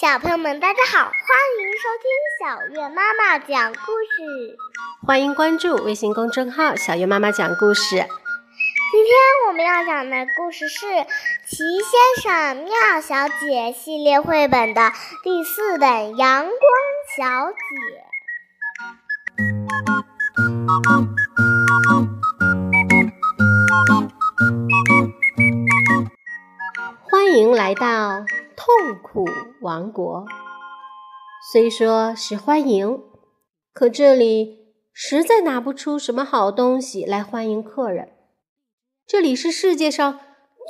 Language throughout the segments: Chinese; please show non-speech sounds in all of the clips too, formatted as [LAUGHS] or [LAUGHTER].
小朋友们，大家好，欢迎收听小月妈妈讲故事。欢迎关注微信公众号“小月妈妈讲故事今天我们要讲的故事是《齐先生妙小姐》系列绘本的第四本《阳光小姐》。欢迎来到痛苦王国。虽说是欢迎，可这里实在拿不出什么好东西来欢迎客人。这里是世界上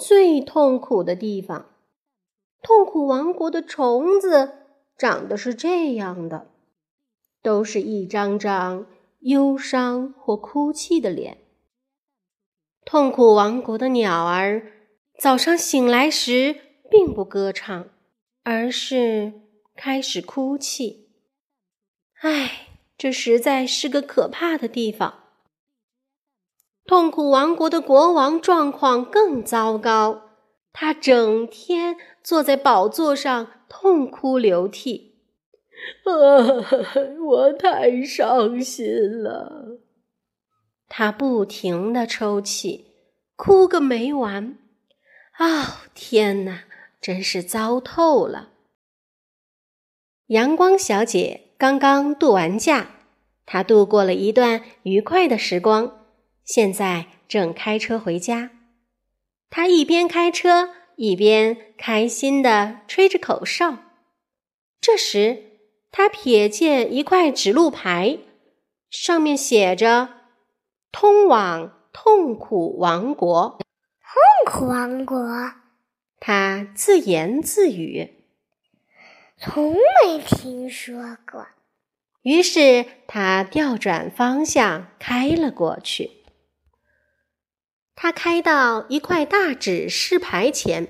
最痛苦的地方。痛苦王国的虫子长得是这样的，都是一张张忧伤或哭泣的脸。痛苦王国的鸟儿早上醒来时并不歌唱，而是开始哭泣。唉，这实在是个可怕的地方。痛苦王国的国王状况更糟糕，他整天坐在宝座上痛哭流涕。 [LAUGHS] 啊，我太伤心了。他不停地抽泣，哭个没完。哦，天哪，真是糟透了！阳光小姐刚刚度完假，她度过了一段愉快的时光，现在正开车回家。她一边开车，一边开心地吹着口哨。这时，她瞥见一块指路牌，上面写着“通往痛苦王国”。痛苦王国他自言自语，从没听说过。于是他调转方向开了过去。他开到一块大指示牌前，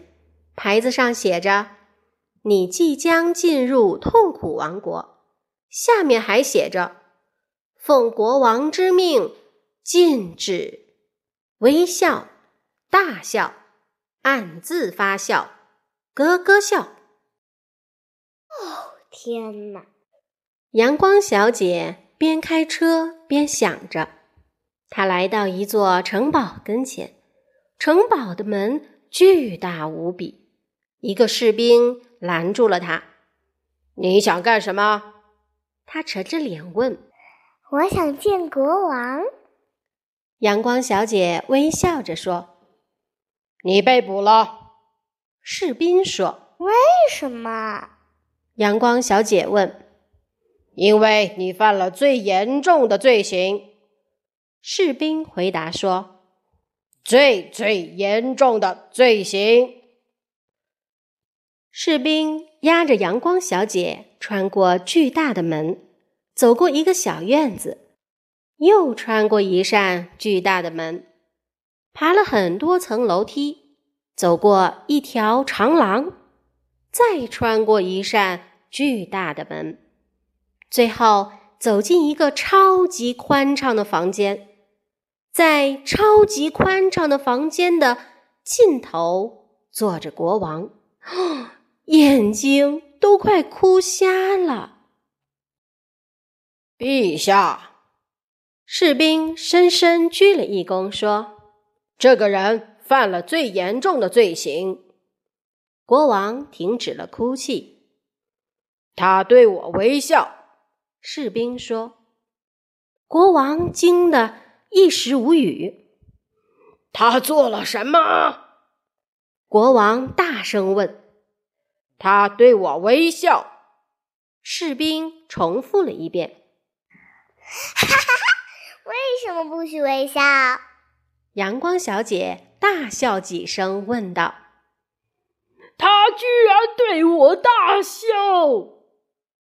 牌子上写着：“你即将进入痛苦王国。”下面还写着：“奉国王之命，禁止微笑、大笑、暗自发笑、咯咯笑。”天哪！阳光小姐边开车边想着，她来到一座城堡跟前，城堡的门巨大无比。一个士兵拦住了她：“你想干什么？”她沉着脸问。我想见国王。阳光小姐微笑着说：“你被捕了。”士兵说。为什么？阳光小姐问：“因为你犯了最严重的罪行。”士兵回答说：“最最严重的罪行。”士兵押着阳光小姐穿过巨大的门，走过一个小院子，又穿过一扇巨大的门，爬了很多层楼梯，走过一条长廊。再穿过一扇巨大的门，最后走进一个超级宽敞的房间。在超级宽敞的房间的尽头坐着国王，眼睛都快哭瞎了。陛下，士兵深深鞠了一躬，说：“这个人犯了最严重的罪行，国王停止了哭泣。他对我微笑。士兵说：“国王惊得一时无语。他做了什么？”国王大声问。他对我微笑。士兵重复了一遍。为什么不许微笑？阳光小姐大笑几声，问道他居然对我大笑。：“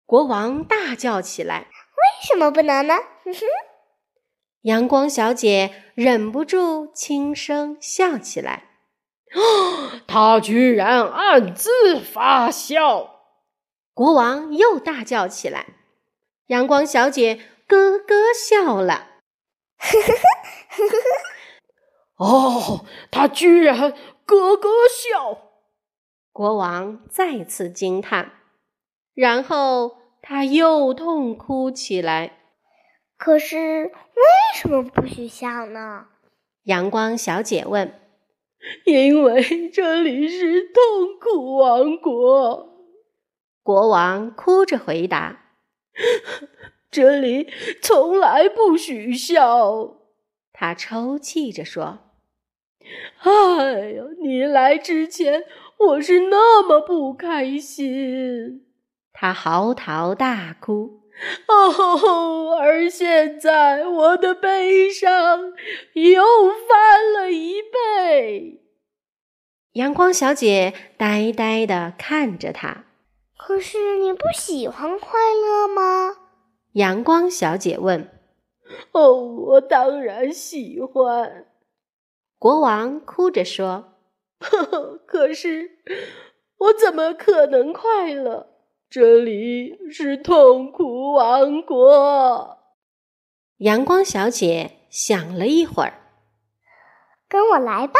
国王大叫起来。为什么不能呢？哼哼。”阳光小姐忍不住轻声笑起 [GASPS] 来。他居然暗自发笑。国王又大叫起来，阳光小姐咯咯笑了。 [LAUGHS] 哦，他居然咯咯笑。国王再次惊叹，然后他又痛哭起来。可是为什么不许笑呢？阳光小姐问因为这里是痛苦王国，国王，哭着回答。这里从来不许笑。他抽泣着说哎呀，你来之前我是那么不开心。：“他嚎啕大哭。哦，而现在我的悲伤又翻了一倍。”阳光小姐呆呆地看着他。可是你不喜欢快乐吗？阳光小姐问哦，我当然喜欢，：“国王，哭着说。” [LAUGHS] 可是我怎么可能快乐？这里是痛苦王国。阳光小姐想了一会儿，跟我来吧，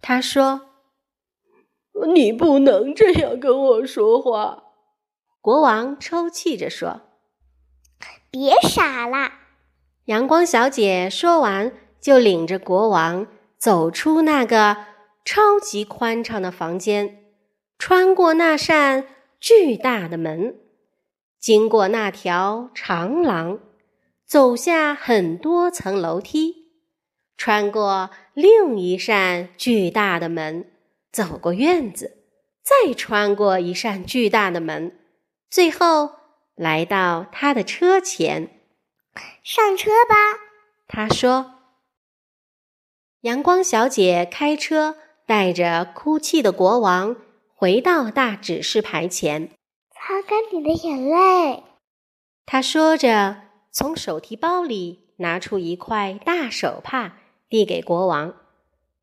她说你不能这样跟我说话。：“国王抽泣着说。别傻啦！”阳光小姐说完，就领着国王走出那个超级宽敞的房间，穿过那扇巨大的门，经过那条长廊，走下很多层楼梯，穿过另一扇巨大的门，走过院子，再穿过一扇巨大的门，最后来到他的车前。上车吧。他说：“阳光小姐开车带着哭泣的国王回到大指示牌前。擦干你的眼泪，”他说着，从手提包里拿出一块大手帕递给国王，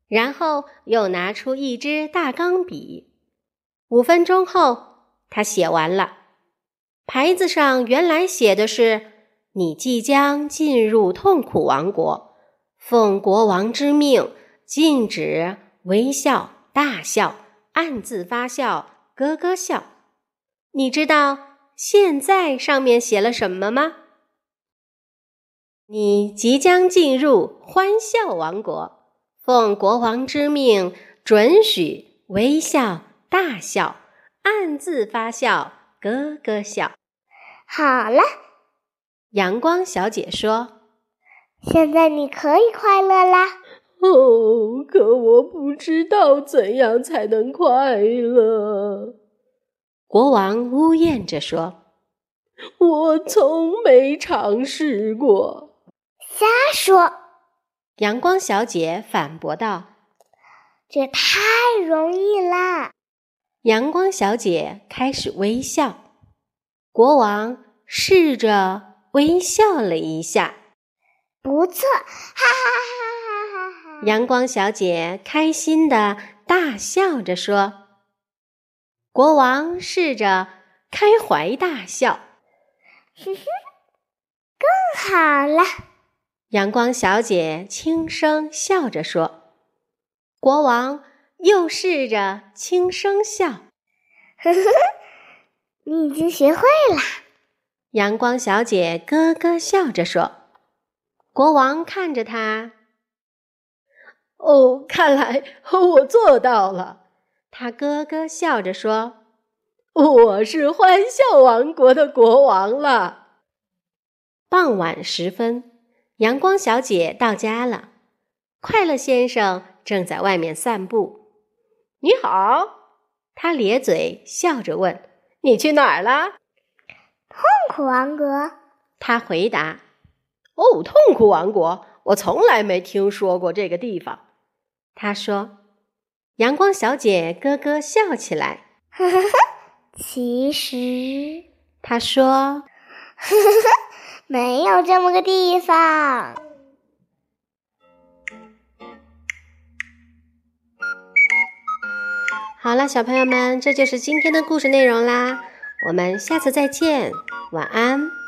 然后又拿出一支大钢笔。五分钟后，他写完了。牌子上原来写的是“你即将进入痛苦王国，奉国王之命，禁止微笑、大笑、暗自发笑、咯咯笑”。你知道现在上面写了什么吗？你即将进入欢笑王国，奉国王之命，准许微笑、大笑、暗自发笑、咯咯笑。好了，阳光小姐说现在你可以快乐啦。哦，可我不知道怎样才能快乐。：“国王呜咽着说，我从没尝试过。瞎说，阳光小姐反驳道。这太容易啦。阳光小姐开始微笑，国王试着微笑了一下。不错，哈哈哈哈哈哈！阳光小姐开心地大笑着说：“国王试着开怀大笑。”好了， [LAUGHS] 阳光小姐轻声笑着说：“国王又试着轻声笑。呵呵呵，你已经学会了。”阳光小姐咯咯笑着说：“国王看着她，哦，看来我做到了。她咯咯笑着说我是欢笑王国的国王了。：‘傍晚时分，阳光小姐到家了，快乐先生正在外面散步。你好，他咧嘴笑着问你去哪儿啦？痛苦王国，：‘他回答。’哦，痛苦王国，我从来没听说过这个地方。他说：‘阳光小姐咯咯笑起来。’”呵呵呵，其实他说没有这么个地方。好了，小朋友们，这就是今天的故事内容啦，我们下次再见，晚安。